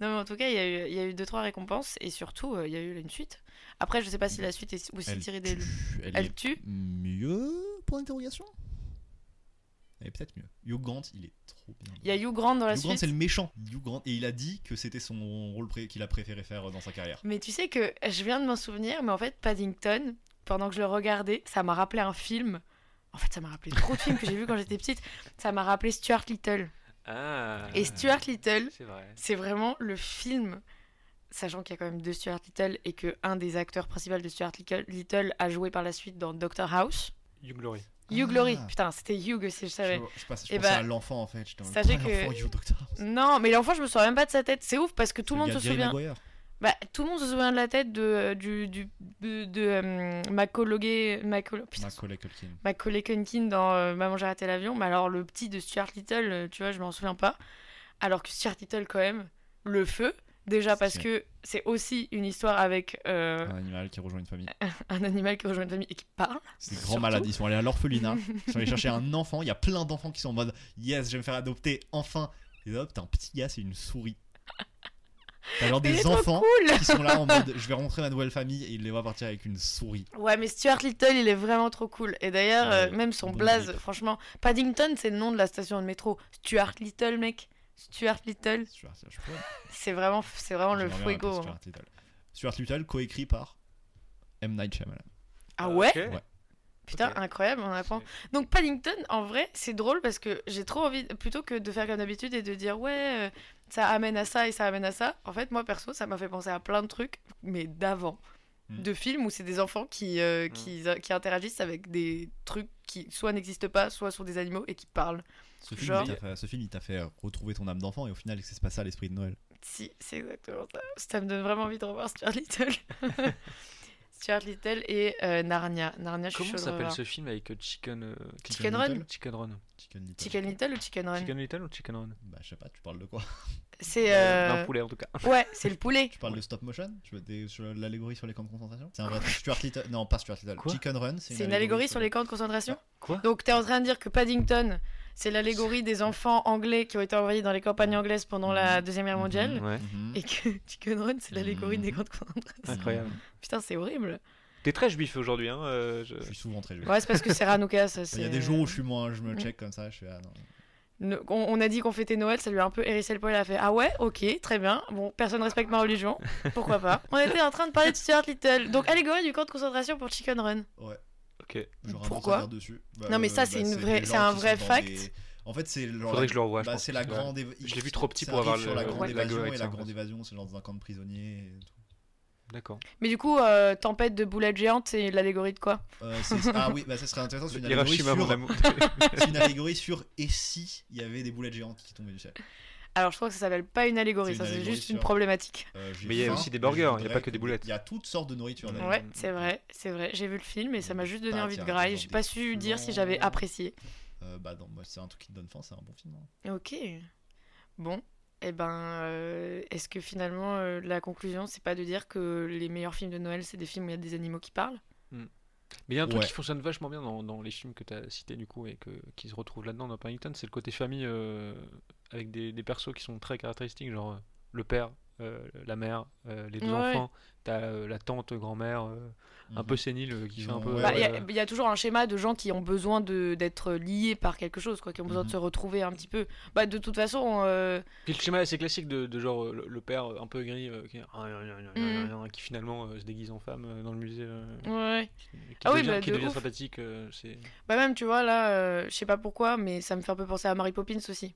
A: non, mais en tout cas, il y a eu, il y a eu deux, trois récompenses et surtout, euh, il y a eu une suite. Après, je sais pas si la suite est aussi
B: Elle
A: tirée des.
B: tue, Elle,
A: Elle
B: est
A: tue
B: mieux pour l'interrogation Elle est peut-être mieux. Hugh Grant, il est trop bien.
A: Il y a Hugh Grant dans la
B: Hugh Grant, c'est
A: suite.
B: le méchant. Hugh Grant, et il a dit que c'était son rôle pré- qu'il a préféré faire euh, dans sa carrière.
A: Mais tu sais que je viens de m'en souvenir, mais en fait, Paddington, pendant que je le regardais, ça m'a rappelé un film. En fait, ça m'a rappelé trop de films que j'ai vus quand j'étais petite. Ça m'a rappelé Stuart Little.
C: Ah.
A: Et Stuart Little,
C: C'est vrai.
A: c'est vraiment le film. Sachant qu'il y a quand même deux Stuart Little et que un des acteurs principaux de Stuart Little a joué par la suite dans Doctor House.
C: You Glory.
A: Hugh Glory. Putain, c'était Hugh aussi, Ah. je
B: Je,
A: savais.
B: je passe- je
A: Eh
B: pensais
A: bah,
B: à l'enfant en fait. J'étais en mode,
A: sachez
B: putain, l'enfant,
A: que-
B: Hugh Doctor.
A: Non, mais l'enfant, je me souviens même pas de sa tête. C'est ouf parce que tout le monde se souvient. Bah, tout le monde se souvient de la tête de euh, du du de, de euh, Macaulay- Macaulay- putain,
B: Macaulay Culkin.
A: Macaulay Culkin dans euh, Maman j'ai raté l'avion, mais alors le petit de Stuart Little, euh, tu vois, je m'en souviens pas. Alors que Stuart Little quand même, le feu. Déjà parce
B: Si.
A: que c'est aussi une histoire avec euh,
B: Un animal qui rejoint une famille.
A: un animal qui rejoint une famille et qui parle.
B: C'est des grands
A: Euh, Surtout-
B: malades. Ils sont allés à l'orphelinat. Ils sont allés chercher un enfant. Il y a plein d'enfants qui sont en mode Yes, je vais me faire adopter. Enfin. Et hop, t'as un petit gars, c'est une souris. T'as genre
A: Mais il est
B: des
A: trop
B: enfants
A: cool
B: qui sont là en mode Je vais rentrer ma nouvelle famille et il les voit partir avec une souris.
A: Ouais, mais Stuart Little, il est vraiment trop cool. Et d'ailleurs, euh,
B: Ouais,
A: même son
B: bon
A: blaze,
B: livre.
A: franchement, Paddington, c'est le nom de la station de métro. Stuart Little, mec. Stuart Little,
B: Je suis- je peux-
A: c'est vraiment, c'est vraiment le
B: J'aimerais bien un
A: fuego. hein.
B: test Stuart Little. Stuart Little, coécrit par M. Night Shyamalan.
A: Ah
C: Euh,
A: ouais
C: ok.
B: Ouais.
A: Putain,
C: Ok.
A: incroyable, on apprend. Donc Paddington, en vrai, c'est drôle parce que j'ai trop envie, plutôt que de faire comme d'habitude et de dire ouais, euh, ça amène à ça et ça amène à ça, en fait, moi perso, ça m'a fait penser à plein de trucs, mais d'avant.
B: Mm.
A: De films où c'est des enfants qui, euh,
C: Mm.
A: qui, qui interagissent avec des trucs qui soit n'existent pas, soit sont des animaux et qui parlent.
B: Ce film,
A: Genre-
B: il t'a fait, ce film, il t'a fait euh, retrouver ton âme d'enfant et au final, c'est pas ça l'esprit de Noël.
A: Si, c'est exactement ça. Ça me donne vraiment envie de revoir Stuart Little. Stuart Little et euh, Narnia. Narnia, je suis
C: Comment
A: chaud de
C: s'appelle
A: revoir.
C: ce film avec euh, Chicken euh,
A: Chicken Run
C: Little Chicken Run.
B: Chicken Little.
A: Chicken Little ou Chicken Run
C: Chicken Little ou Chicken Run
B: Bah, je sais pas, tu parles de quoi
A: C'est.
C: Euh,
A: euh,
C: D'un poulet en tout cas.
A: Ouais, c'est le poulet.
B: Tu parles de stop motion Tu veux des- sur l'allégorie sur les camps de concentration C'est un vrai truc. Stuart Little. Non, pas Stuart Little.
C: Ah. Quoi
B: Chicken Run, c'est
A: C'est une allégorie sur les camps de concentration
C: Quoi
A: Donc t'es en train de dire que Paddington, c'est l'allégorie des enfants anglais qui ont été envoyés dans les campagnes anglaises pendant la Deuxième Guerre
B: Mhm.
A: mondiale
C: Ouais.
B: Mhm.
A: et que Chicken Run, c'est l'allégorie
B: Mhm.
A: des camps de concentration.
C: Incroyable.
A: Putain, c'est horrible.
C: T'es très juif aujourd'hui, hein euh, je-
B: Je suis souvent très jeune.
A: Ouais, c'est parce que c'est Hanouka, ça.
B: Il y a
A: c'est-
B: des jours où je suis moins, je me
A: Mm.
B: check comme ça, je fais ah non.
A: Ne- On, on a dit qu'on fêtait Noël, ça lui a un peu hérissé le poil. Elle a fait Ah ouais, ok, très bien. Bon, personne respecte ma religion, pourquoi pas. On était en train de parler de Stuart Little. Donc, allégorie du camp de concentration pour Chicken Run.
C: Ok.
B: Genre
A: Pourquoi
B: un dessus. Bah,
A: Non, mais ça, c'est une vraie-
B: des
A: c'est
B: gens
A: un
B: qui
A: vrai
B: sont dans
A: fact.
B: des- En fait, c'est genre
C: Faudrait que je le revoie. je
B: Bah,
C: pense.
B: c'est la grande. éva-
C: Je l'ai vu trop petit
B: ça
C: pour avoir
B: arrive sur
C: le-
B: la grande
A: ouais,
C: la
B: évasion
C: gueule,
B: et
C: ça,
B: la
C: en fait.
B: grande évasion, c'est genre dans un camp de prisonniers. et tout.
C: D'accord.
A: Mais du coup, euh, Tempête de boulettes géantes, c'est l'allégorie de quoi
B: Euh, c'est- ah oui, bah ça serait intéressant. C'est une allégorie
C: Hiroshima, mon
B: sur.
C: amour.
B: C'est une allégorie sur et si il y avait des boulettes géantes qui tombaient du ciel.
A: Alors, je crois que ça s'appelle pas une allégorie,
B: C'est une
A: ça, c'est
B: allégorie
A: juste une
B: sur-
A: problématique.
B: Euh, j'ai
C: Mais il y a
B: faim,
C: aussi des
B: mais je
C: burgers, il y a
B: voudrais
C: pas que des boulettes.
B: Il y a toutes sortes de nourriture. là-dedans.
A: Ouais,
C: Mm.
A: c'est vrai, c'est vrai. J'ai vu le film et ça m'a juste donné
B: Bah,
A: envie de
B: tiens,
A: grailler.
B: genre
A: J'ai
B: des
A: pas su dire si
B: plans.
A: j'avais apprécié.
B: Euh, bah non, moi, c'est un truc qui te donne faim, c'est un bon film. hein.
A: Ok. Bon, et ben, euh, est-ce que finalement euh, la conclusion, c'est pas de dire que les meilleurs films de Noël, c'est des films où il y a des animaux qui parlent
C: Mais il y a un truc
B: Ouais.
C: qui fonctionne vachement bien dans, dans les films que tu as cités du coup et que, qui se retrouve là-dedans dans Paddington, c'est le côté famille euh, avec des, des persos qui sont très caractéristiques, genre euh, le père, euh, la mère, euh, les deux
A: Ouais.
C: enfants, t'as euh, la tante, grand-mère, euh, un
B: Mhm.
C: peu sénile euh, qui
B: Ils
C: fait un
B: ont-
C: peu.
B: ouais,
A: Bah, Il y a-
C: euh,
A: il y, a toujours un schéma de gens qui ont besoin de- d'être liés par quelque chose, quoi, qui ont besoin de
B: Mhm.
A: se retrouver un petit peu. Bah, de toute façon, euh,
C: Puis le schéma assez classique de, de genre euh, le, le père euh, un peu gris euh, qui, est-
A: Mm.
C: qui finalement euh, se déguise en femme euh, dans le musée, euh,
A: ouais.
C: qui, qui
A: Mm. Ah oui,
C: devient,
A: bah,
C: qui
A: de
C: devient
A: ouf.
C: sympathique. euh, c'est...
A: Bah même tu vois là, euh, je sais pas pourquoi, mais ça me fait un peu penser à Mary Poppins aussi.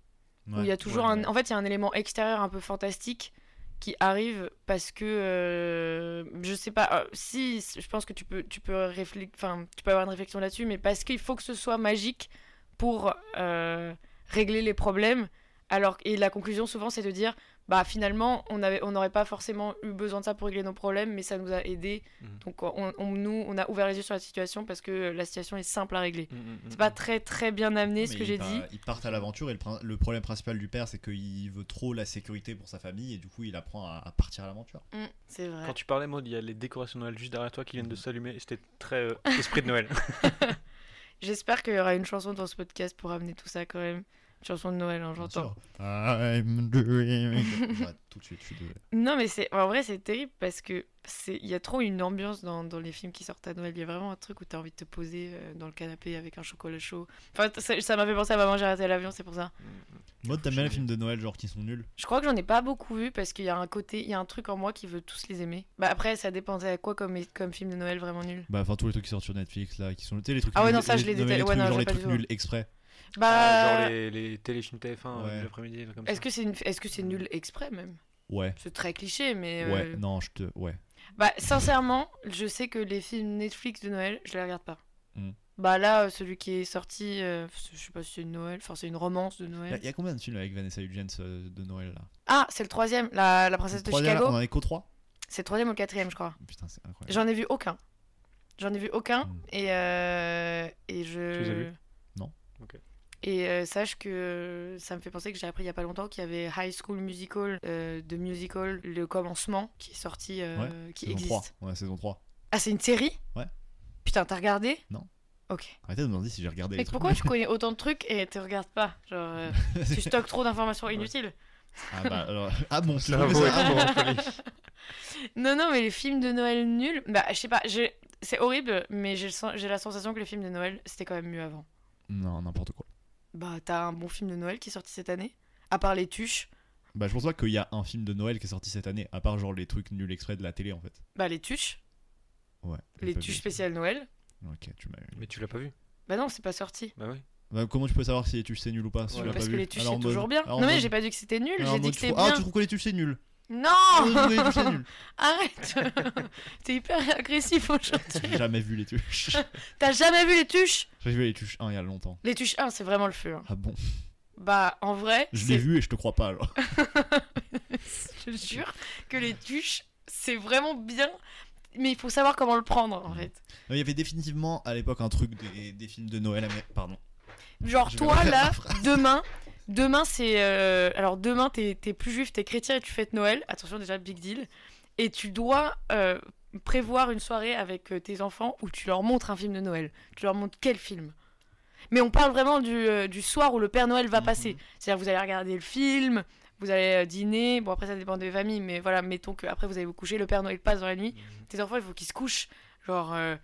A: Où il y a toujours
B: ouais,
A: un,
B: ouais.
A: en fait il y a un élément extérieur un peu fantastique qui arrive parce que euh, je sais pas euh, si je pense que tu peux tu peux réfléch- enfin tu peux avoir une réflexion là-dessus, mais parce qu'il faut que ce soit magique pour euh, régler les problèmes. Alors et la conclusion souvent c'est de dire bah finalement on avait on n'aurait pas forcément eu besoin de ça pour régler nos problèmes, mais ça nous a aidé.
B: Mmh.
C: Mhm.
A: Donc on, on- nous on a ouvert les yeux sur la situation parce que la situation est simple à régler.
C: Mm, mm,
A: C'est
C: mm,
A: pas
C: mm.
A: très très bien amené ce
B: Mmh, Mais
A: que
B: ils
A: j'ai
B: par-
A: dit.
B: Ils partent à l'aventure et le, prin- le problème principal du père, c'est qu'il veut trop la sécurité pour sa famille et du coup, il apprend à, à partir à l'aventure.
A: Mm, c'est vrai.
C: Quand tu parlais, Maud, il y a les décorations de Noël juste derrière toi qui viennent de s'allumer et c'était très euh, esprit de Noël.
A: J'espère qu'il y aura une chanson dans ce podcast pour amener tout ça quand même. Une chanson de Noël, hein,
B: Bien
A: j'entends.
B: sûr. I'm dreaming. J'arrête tout de suite, je suis désolé.
A: Non, mais c'est en vrai, c'est terrible parce que c'est il y a trop une ambiance dans, dans les films qui sortent à Noël. Il y a vraiment un truc où t'as envie de te poser euh, dans le canapé avec un chocolat chaud. Enfin, t- ça, ça m'a fait penser à Maman, j'ai raté l'avion, c'est pour ça.
B: Moi, t'aimes bien les films de Noël, genre qui sont nuls
A: Je crois que j'en ai pas beaucoup vu parce qu'il y a un côté, il y a un truc en moi qui veut tous les aimer. Bah après, ça dépendait à quoi comme, comme film de Noël vraiment nul.
B: Bah, enfin, tous les trucs qui sortent sur Netflix, là, qui sont. Tu sais, les trucs.
A: Ah ouais,
B: nuls,
A: non, ça, je les déteste.
B: les
A: Ouais,
B: trucs,
A: non,
B: genre
A: j'ai
B: les
A: pas hein.
B: trucs
A: du tout.
B: nuls exprès.
A: Bah,
C: Ah, genre les, les téléfilms TF1
B: Ouais.
C: euh, l'après-midi, des trucs comme
A: est-ce
C: ça.
A: que c'est une... est-ce que c'est nul exprès même
B: Ouais.
A: C'est très cliché, mais. euh,
B: Ouais, non, je te. Ouais.
A: Bah, sincèrement, je sais que les films Netflix de Noël, je les regarde pas.
B: Mm.
A: Bah là, euh, celui qui est sorti, euh, je sais pas si c'est une Noël, enfin c'est une romance de
B: Il y a-
A: Noël.
B: il y, a combien de films avec Vanessa Hudgens euh, de Noël là
A: Ah, c'est le troisième, la, la princesse de
B: Troisième,
A: Chicago.
B: On en est qu'au 3
A: C'est le troisième ou le quatrième, je crois.
B: Putain, c'est incroyable.
A: J'en ai vu aucun. J'en ai vu aucun.
B: Mm.
A: Et, euh, et je.
C: Tu les as vus
B: Non.
C: Ok.
A: Et euh, sache que ça me fait penser que j'ai appris il y a pas longtemps qu'il y avait High School Musical, euh, de Musical, le commencement, qui est sorti, euh, qui
B: Saison
A: existe.
B: 3. Ouais, saison 3.
A: Ah, c'est une série
B: Ouais.
A: Putain, t'as regardé
B: Non.
A: Ok.
B: Arrêtez de me demander si j'ai regardé.
A: Mais
B: les
A: pourquoi tu connais autant de trucs et tu regardes pas Genre, euh, tu stockes trop d'informations inutiles.
B: trucs. Ah, bah, alors... ah bon, c'est
C: Ah,
B: vrai que
C: ouais,
B: ça- ah bon.
A: Non, non, mais les films de Noël nuls, bah, je sais pas, j'ai- c'est horrible, mais j'ai le sen- j'ai la sensation que les films de Noël, c'était quand même mieux avant.
B: Non, n'importe quoi.
A: Bah, t'as un bon film de Noël qui est sorti cette année À part Les Tuches.
B: Bah, je pense pas qu'il y a un film de Noël qui est sorti cette année, à part genre les trucs nuls exprès de la télé en fait.
A: Bah, Les Tuches.
B: Ouais.
A: Les
B: Pas
A: Tuches
B: vu.
A: spéciales Noël.
B: Ok, tu m'as eu.
C: Mais tu l'as pas vu
A: Bah, non, c'est pas sorti.
C: Bah oui.
B: Bah, comment tu peux savoir si les tuches c'est nul ou pas si tu
C: Ouais,
B: l'as
A: Parce
B: pas
A: que
B: vu
A: Les Tuches,
B: Alors,
A: c'est
B: en
A: toujours
B: mode-
A: bien.
B: alors, en
A: non, mais
B: mode-
A: j'ai pas dit que c'était nul,
B: alors, en
A: j'ai dit
B: mode,
A: que
B: tu
A: c'était
B: trouves- Ah,
A: bien.
B: tu trouves que les tuches c'est nul Ah, tu
A: Non
B: trouves que les tuches c'est nul
A: Arrête T'es hyper agressif aujourd'hui.
B: J'ai jamais vu les tuches.
A: T'as jamais vu Les Tuches
B: J'ai vu les tuches 1 il y a longtemps.
A: Les Tuches 1, c'est vraiment le feu. hein.
B: Ah bon
A: Bah, en vrai,
B: Je
A: c'est-
B: l'ai vu et je te crois pas alors.
A: je te jure que les tuches, c'est vraiment bien, mais il faut savoir comment le prendre en fait.
B: Non, Il y avait définitivement à l'époque un truc des, des films de Noël amé- Pardon.
A: Genre,
B: Je vais
A: toi
B: refaire
A: là,
B: ma phrase.
A: demain, demain c'est. euh, alors, demain, t'es t'es plus juif, t'es chrétien et tu fêtes Noël. Attention, déjà, big deal. Et tu dois euh, prévoir une soirée avec euh, tes enfants où tu leur montres un film de Noël. Tu leur montres quel film Mais on parle vraiment du, euh, du soir où le Père Noël va
B: Mhm.
A: passer. C'est-à-dire, vous allez regarder le film. Vous allez euh, dîner, bon après ça dépend des familles, mais voilà, mettons que après vous allez vous coucher, le Père Noël passe dans la nuit,
B: Mhm.
A: tes enfants il faut qu'ils se couchent, genre euh,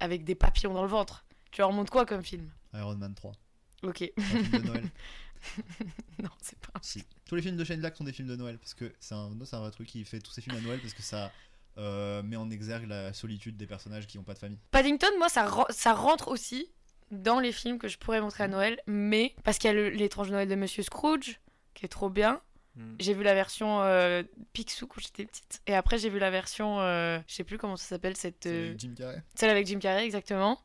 A: avec des papillons dans le ventre. Tu leur montres quoi comme film
B: Iron Man 3.
A: Ok,
B: Un film de Noël.
A: non c'est pas.
B: Si. Tous les films de Shane Black sont des films de Noël parce que c'est un, c'est un vrai truc. Il fait tous ses films à Noël parce que ça euh, met en exergue la solitude des personnages qui n'ont pas de famille.
A: Paddington, moi, ça, re- ça rentre aussi dans les films que je pourrais montrer
B: Mm.
A: à Noël, mais parce qu'il y a le- l'étrange Noël de Monsieur Scrooge, qui est trop bien.
C: Mm.
A: J'ai vu la version euh, Picsou quand j'étais petite, et après j'ai vu la version, euh, je sais plus comment ça s'appelle cette, euh,
B: C'est Jim Carrey.
A: celle avec Jim Carrey exactement.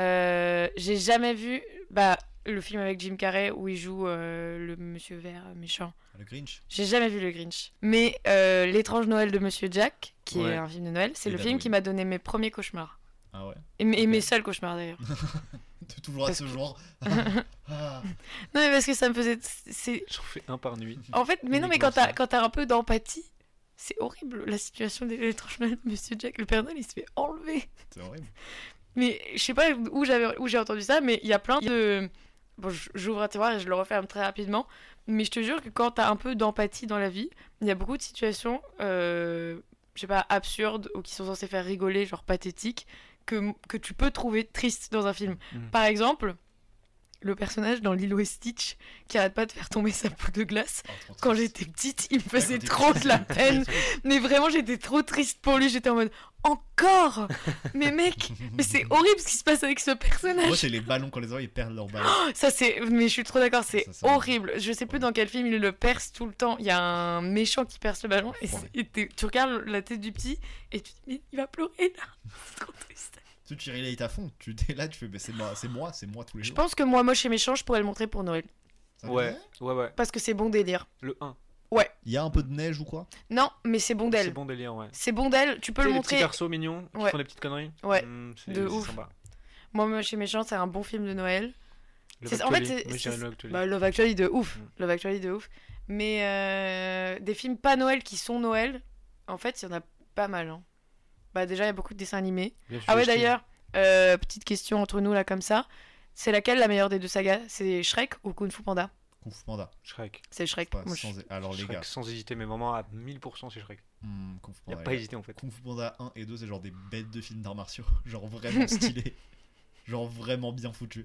A: Euh, j'ai jamais vu, bah, le film avec Jim Carrey où il joue euh, le Monsieur Vert méchant.
B: Ah, Le Grinch.
A: J'ai jamais vu le Grinch, mais euh, l'étrange Noël de Monsieur Jack, qui
C: Ouais.
A: est un film de Noël, c'est
B: Et
A: le
B: bah
A: film
B: oui.
A: qui m'a donné mes premiers cauchemars.
B: Ah ouais.
A: Et, mes- et mes
C: Ok.
A: seuls cauchemars d'ailleurs.
B: T'es toujours à
A: Parce
B: ce genre. Ah.
A: Non mais parce que ça me faisait... c'est-
C: J'en fais un par nuit.
A: En fait, mais non mais quand
C: Uniquement
A: t'as
C: ça.
A: quand t'as un peu d'empathie, c'est horrible la situation des l'étrange Noël de Monsieur Jack. Le Père Noël il se fait enlever.
B: C'est horrible.
A: Mais je sais pas où j'avais où j'ai entendu ça, mais il y a plein de... Bon, j- j'ouvre un tiroir et je le referme très rapidement. Mais je te jure que quand t'as un peu d'empathie dans la vie, il y a beaucoup de situations, euh, je sais pas, absurdes ou qui sont censées faire rigoler, genre pathétiques, que, que tu peux trouver triste dans un film.
C: Mm.
A: Par exemple, le personnage dans Lilo et Stitch qui arrête pas de faire tomber sa boule de glace.
B: Oh, trop
A: Quand
B: triste.
A: j'étais petite, il me faisait
B: t'es
A: trop de la
B: petite.
A: peine. Mais vraiment, j'étais trop triste pour lui. J'étais en mode, encore Mais mec, mais c'est horrible ce qui se passe avec ce
B: Moi,
A: personnage.
B: c'est les ballons quand les oreilles perdent leurs ballons.
A: Ça, c'est. Mais je suis trop d'accord, c'est
B: Ça, c'est
A: horrible. Je sais plus
B: Ouais.
A: dans quel film il le perce tout le temps. Il y a un méchant qui perce le ballon et,
B: Ouais.
A: c'est- et t'es- tu regardes la tête du petit et tu te dis, mais il va pleurer là. C'est trop triste.
B: Tu tu relates à fond. Tu t'es là, tu fais, mais c'est moi, c'est moi, c'est moi tous les
A: Je
B: jours.
A: pense que moi, moche et méchant, je pourrais le montrer pour Noël.
B: Ça me
C: Ouais,
B: dirait
C: ouais, ouais.
A: Parce que c'est bon délire.
C: Le 1.
B: Il y a un peu de neige ou quoi
A: Non, mais c'est bon
C: C'est
A: d'elle.
C: bon délire, ouais.
A: C'est bon d'elle. Tu peux
C: Tu sais,
A: le
C: les petits
A: montrer.
C: persos mignons qui
A: Ouais.
C: font des petites conneries.
A: Ouais.
C: Mm, c'est-
A: De
C: c'est
A: ouf.
C: Sympa.
A: Moi, moche et méchant, c'est un bon film de Noël.
C: Love
A: C'est- en fait,
C: Actually.
A: c'est-
C: Moi, je dirais
A: c'est-
C: Love Actually.
A: Bah, Love Actually de ouf.
C: Mm.
A: Love Actually de ouf. Mais euh, des films pas Noël qui sont Noël, en fait, il y en a pas mal. hein. Bah, déjà, il y a beaucoup de dessins animés.
C: Bien sûr,
A: Ah ouais,
C: je kiffe.
A: d'ailleurs, euh, petite question entre nous, là, comme ça. C'est laquelle la meilleure des deux sagas C'est Shrek ou Kung Fu Panda
B: Kung Fu Panda.
C: Shrek.
A: C'est Shrek.
B: Pas
A: Moi, je-
B: sans- Alors, les
C: Shrek
B: gars,
C: sans hésiter, mais vraiment à 1000% c'est Shrek.
B: hmm, Kung Fu
C: Il a
B: Panda,
C: pas
B: les gars.
C: hésité en fait.
B: Kung Fu Panda 1 et 2, c'est genre des bêtes de films d'arts martiaux. Genre vraiment stylés. genre vraiment bien foutus.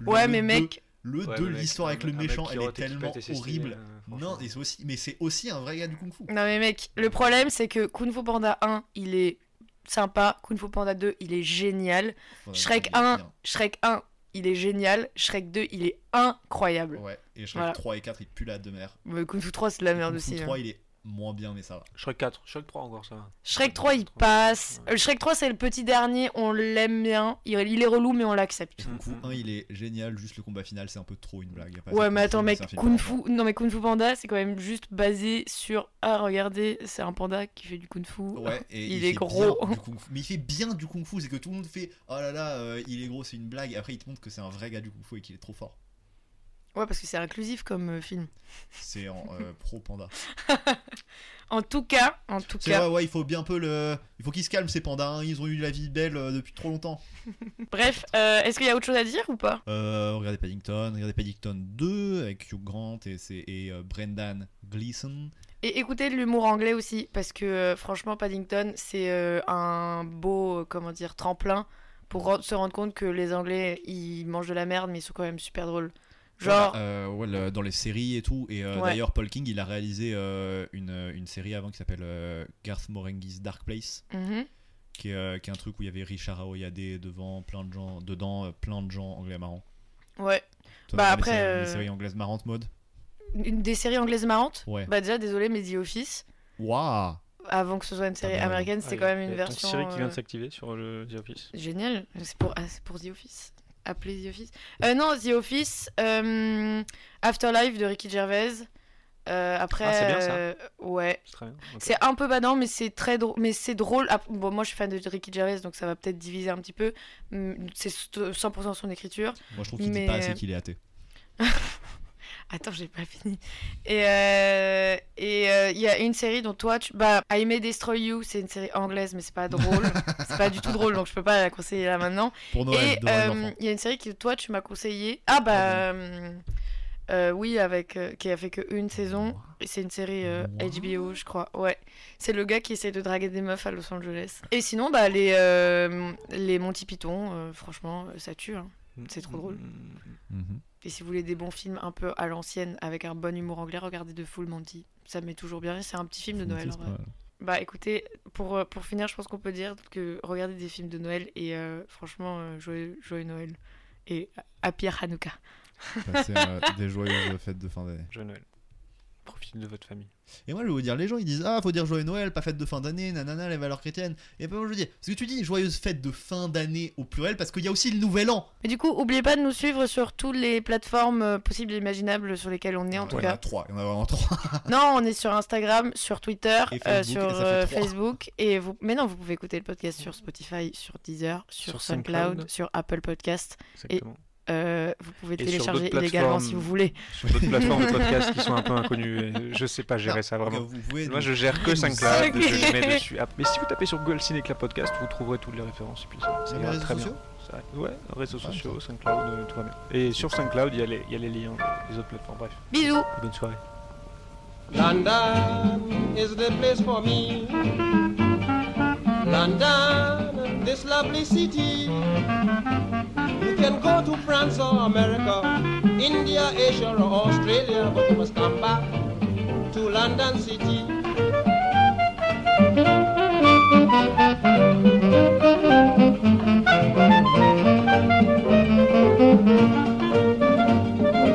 B: Le-
A: Ouais,
B: le
A: mais
B: deux-
A: mec,
B: Le
C: Ouais,
B: 2,
C: le mec-
B: l'histoire avec
C: un-
B: le
C: un mec
B: méchant,
C: qui
B: elle est
C: rote et qui
B: tellement
C: pète et c'est stylé,
B: horrible.
C: euh, franchement.
B: Non, et c'est aussi, mais c'est aussi un vrai gars du kung fu.
A: non, mais mec, le problème, c'est que Kung Fu Panda 1, il est sympa. Kung Fu Panda 2, il est génial.
B: Enfin,
A: Shrek
B: il est
A: 1,
B: bien.
A: Shrek 1, il est génial. Shrek 2, il est incroyable.
B: Ouais, et Shrek
A: Voilà.
B: 3 et 4, ils puent la demeure.
A: Mais Kung Fu 3, c'est de la merde
B: Kung Fu
A: aussi. hein.
B: 3, il est moins bien, mais ça va.
C: Shrek 4, Shrek 3 encore, ça va.
A: Shrek 3, il passe. Euh, Shrek 3, c'est le petit dernier, on l'aime bien. Il, il est relou, mais on l'accepte.
B: Kung
C: Mm,
B: Fu 1, il est génial, juste le combat final, c'est un peu trop une blague. Y a pas assez
A: Ouais,
B: de
A: mais attends,
B: film,
A: mec,
B: c'est un film
A: Kung
B: pour
A: Fu. Non, mais Kung Fu Panda, c'est quand même juste basé sur. Ah, regardez, c'est un panda qui fait du Kung Fu.
B: enfants. Ouais, et
A: Il
B: il,
A: est
B: fait
A: gros.
B: bien du Kung Fu. Mais il fait bien du kung fu, c'est que tout le monde fait oh là là, euh, il est gros, c'est une blague. Après, il te montre que c'est un vrai gars du kung fu et qu'il est trop fort.
A: Ouais, parce que c'est inclusif comme euh, film.
B: C'est en euh, pro panda.
A: En tout cas, en tout
B: C'est
A: cas.
B: ouais, ouais, il faut bien peu le. Il faut qu'ils se calment ces pandas, hein, ils ont eu la vie belle euh, depuis trop longtemps.
A: Bref, euh, est-ce qu'il y a autre chose à dire ou pas
B: Euh, regardez Paddington, regardez Paddington 2 avec Hugh Grant et, c'est- et euh, Brendan Gleeson.
A: Et écoutez de l'humour anglais aussi, parce que euh, franchement, Paddington, c'est euh, un beau, euh, comment dire, tremplin pour ren- se rendre compte que les Anglais, ils mangent de la merde, mais ils sont quand même super drôles. Genre,
B: Voilà, euh, ouais, le- dans les séries et tout. Et euh,
A: Ah. Ouais.
B: d'ailleurs, Paul King, il a réalisé euh, une, une série avant qui s'appelle euh, Garth Marenghi's Dark Place,
A: mhm.
B: qui est, euh, qui est un truc où il y avait Richard Aoyadé devant, plein de gens, dedans, euh, plein de gens anglais marrants.
A: ouais.
B: Toi,
A: Bah,
B: t'as
A: après,
B: Des séries,
A: euh,
B: des séries anglaises marrantes, mode
A: Une des séries anglaises marrantes
B: Ouais.
A: Bah déjà, désolé, mais The Office,
B: Waouh
A: avant que ce soit une série
B: Ah bah,
A: américaine, c'était quand même une version...
C: Siri qui vient
A: euh,
C: de s'activer sur le The Office.
A: Génial, c'est pour, ah, c'est pour The Office. Appelez The Office. Euh, non, The Office, euh, Afterlife de Ricky Gervais. Euh, après,
C: Ah, c'est bien, ça.
A: euh, ouais.
C: C'est très bien. ok.
A: C'est un peu badant, mais c'est très drôle. Mais c'est drôle. Ah, Bon, moi, je suis fan de Ricky Gervais, donc ça va peut-être diviser un petit peu. Hum, C'est 100% son écriture.
B: Moi, je trouve qu'il
A: Mais,
B: dit pas assez
A: euh,
B: qu'il est athée.
A: Attends, j'ai pas fini. Et euh, et euh, il y a une série dont toi, tu... bah, I May Destroy You, c'est une série anglaise, mais c'est pas drôle. c'est pas du tout drôle, donc je peux pas la conseiller là maintenant.
B: Pour Noël,
A: Et
B: devant les
A: euh,
B: enfants.
A: il y a une série que toi tu m'as conseillé. Ah bah euh, euh, oui avec euh, qui a fait que une saison. Et C'est une série euh,
B: Wow.
A: HBO je crois. Ouais. C'est le gars qui essaie de draguer des meufs à Los Angeles. Et sinon bah les euh, les Monty Python euh, franchement euh, ça tue. hein. c'est
C: Mm,
A: trop drôle.
B: Mhm.
A: Et si vous voulez des bons films un peu à l'ancienne avec un bon humour anglais regardez The Full Monty. Ça met toujours bien. C'est un petit film de Noël. en
B: C'est
A: vrai.
B: pas mal.
A: Bah écoutez, pour, euh, pour finir, je pense qu'on peut dire que regardez des films de Noël et euh, franchement, euh, joyeux, joyeux Noël et Happy Hanouka.
B: Passer, euh, des joyeuses fêtes de fin d'année.
C: Joyeux Noël. Profitez de votre famille.
B: Et moi, je vais vous dire, les gens, ils disent Ah, faut dire joyeux Noël, pas fête de fin d'année, nanana, les valeurs chrétiennes. Et ben, moi, je veux dire, ce que tu dis, joyeuse fête de fin d'année au pluriel, parce qu'il y a aussi le nouvel an.
A: Mais du coup, oubliez pas de nous suivre sur toutes les plateformes euh, possibles et imaginables sur lesquelles on est en tout
B: Ouais, Il y en a
A: cas.
B: trois, il y en a vraiment trois.
A: Non, on est sur Instagram, sur Twitter,
B: Et
A: euh,
B: Facebook,
A: sur
B: et ça fait
A: euh,
B: trois.
A: Facebook et vous. Mais non, vous pouvez écouter le podcast sur Spotify, sur Deezer, sur,
C: Sur
A: SoundCloud,
C: SoundCloud.
A: sur Apple Podcast.
C: Exactement.
A: Euh, vous pouvez
C: sur
A: télécharger
C: d'autres
A: illégalement
C: plateformes.
A: si vous voulez.
C: Sur d'autres plateformes de podcasts qui sont un peu inconnues. et Je sais pas gérer ça
B: Donc,
C: vraiment.
B: Vous pouvez.
C: Moi,
B: donc-
C: je gère que
B: nous-
C: 5 clouds,
A: Ok.
C: je mets dessus. Ah, mais si vous tapez sur Google Cinécla Podcast, vous trouverez toutes les références. Et puis ça, ça
B: Sur les
C: ira
B: réseaux
C: très bien.
B: sociaux
C: Ça- ouais, réseaux
B: Ah,
C: sociaux, SoundCloud, euh, tout va bien. Et sur SoundCloud, il y, a les- il y a les liens des autres plateformes. Bref,
A: Bisous.
C: bonne soirée.
H: London is the place for me. London, this lovely city. You can go to France or America, India, Asia or Australia, but you must come back to London City.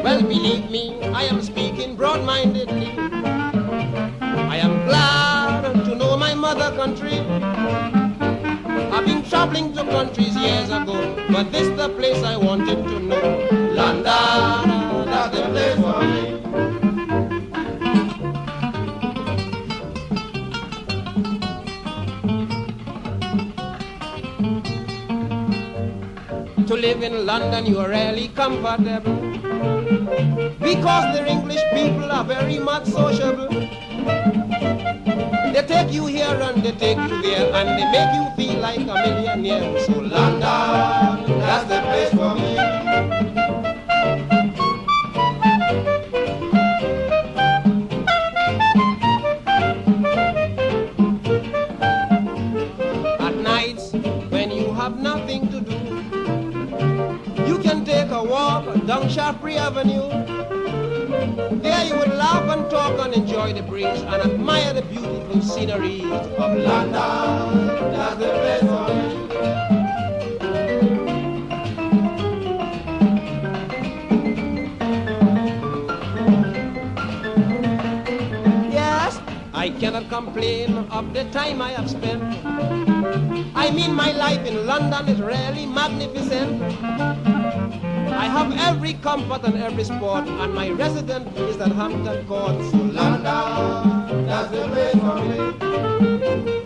H: Well, believe me, I am speaking broad-mindedly. I am glad to know my mother country. I've been traveling to countries years ago, but this the place I wanted to know. London, oh, that's the place for me. To live in London, you are rarely comfortable because the English people are very much sociable. They take you here and they take you there and they make you feel like a millionaire. So London, that's the place for me. At nights, when you have nothing to do, you can take a walk down Shaftesbury Avenue. There you will laugh and talk and enjoy the breeze and admire the beautiful scenery of London. That's the place for me. Yes, I blame of the time I have spent. I mean, my life in London is really magnificent. I have every comfort and every sport, and my resident is at Hampton Court. So London, that's the place for me.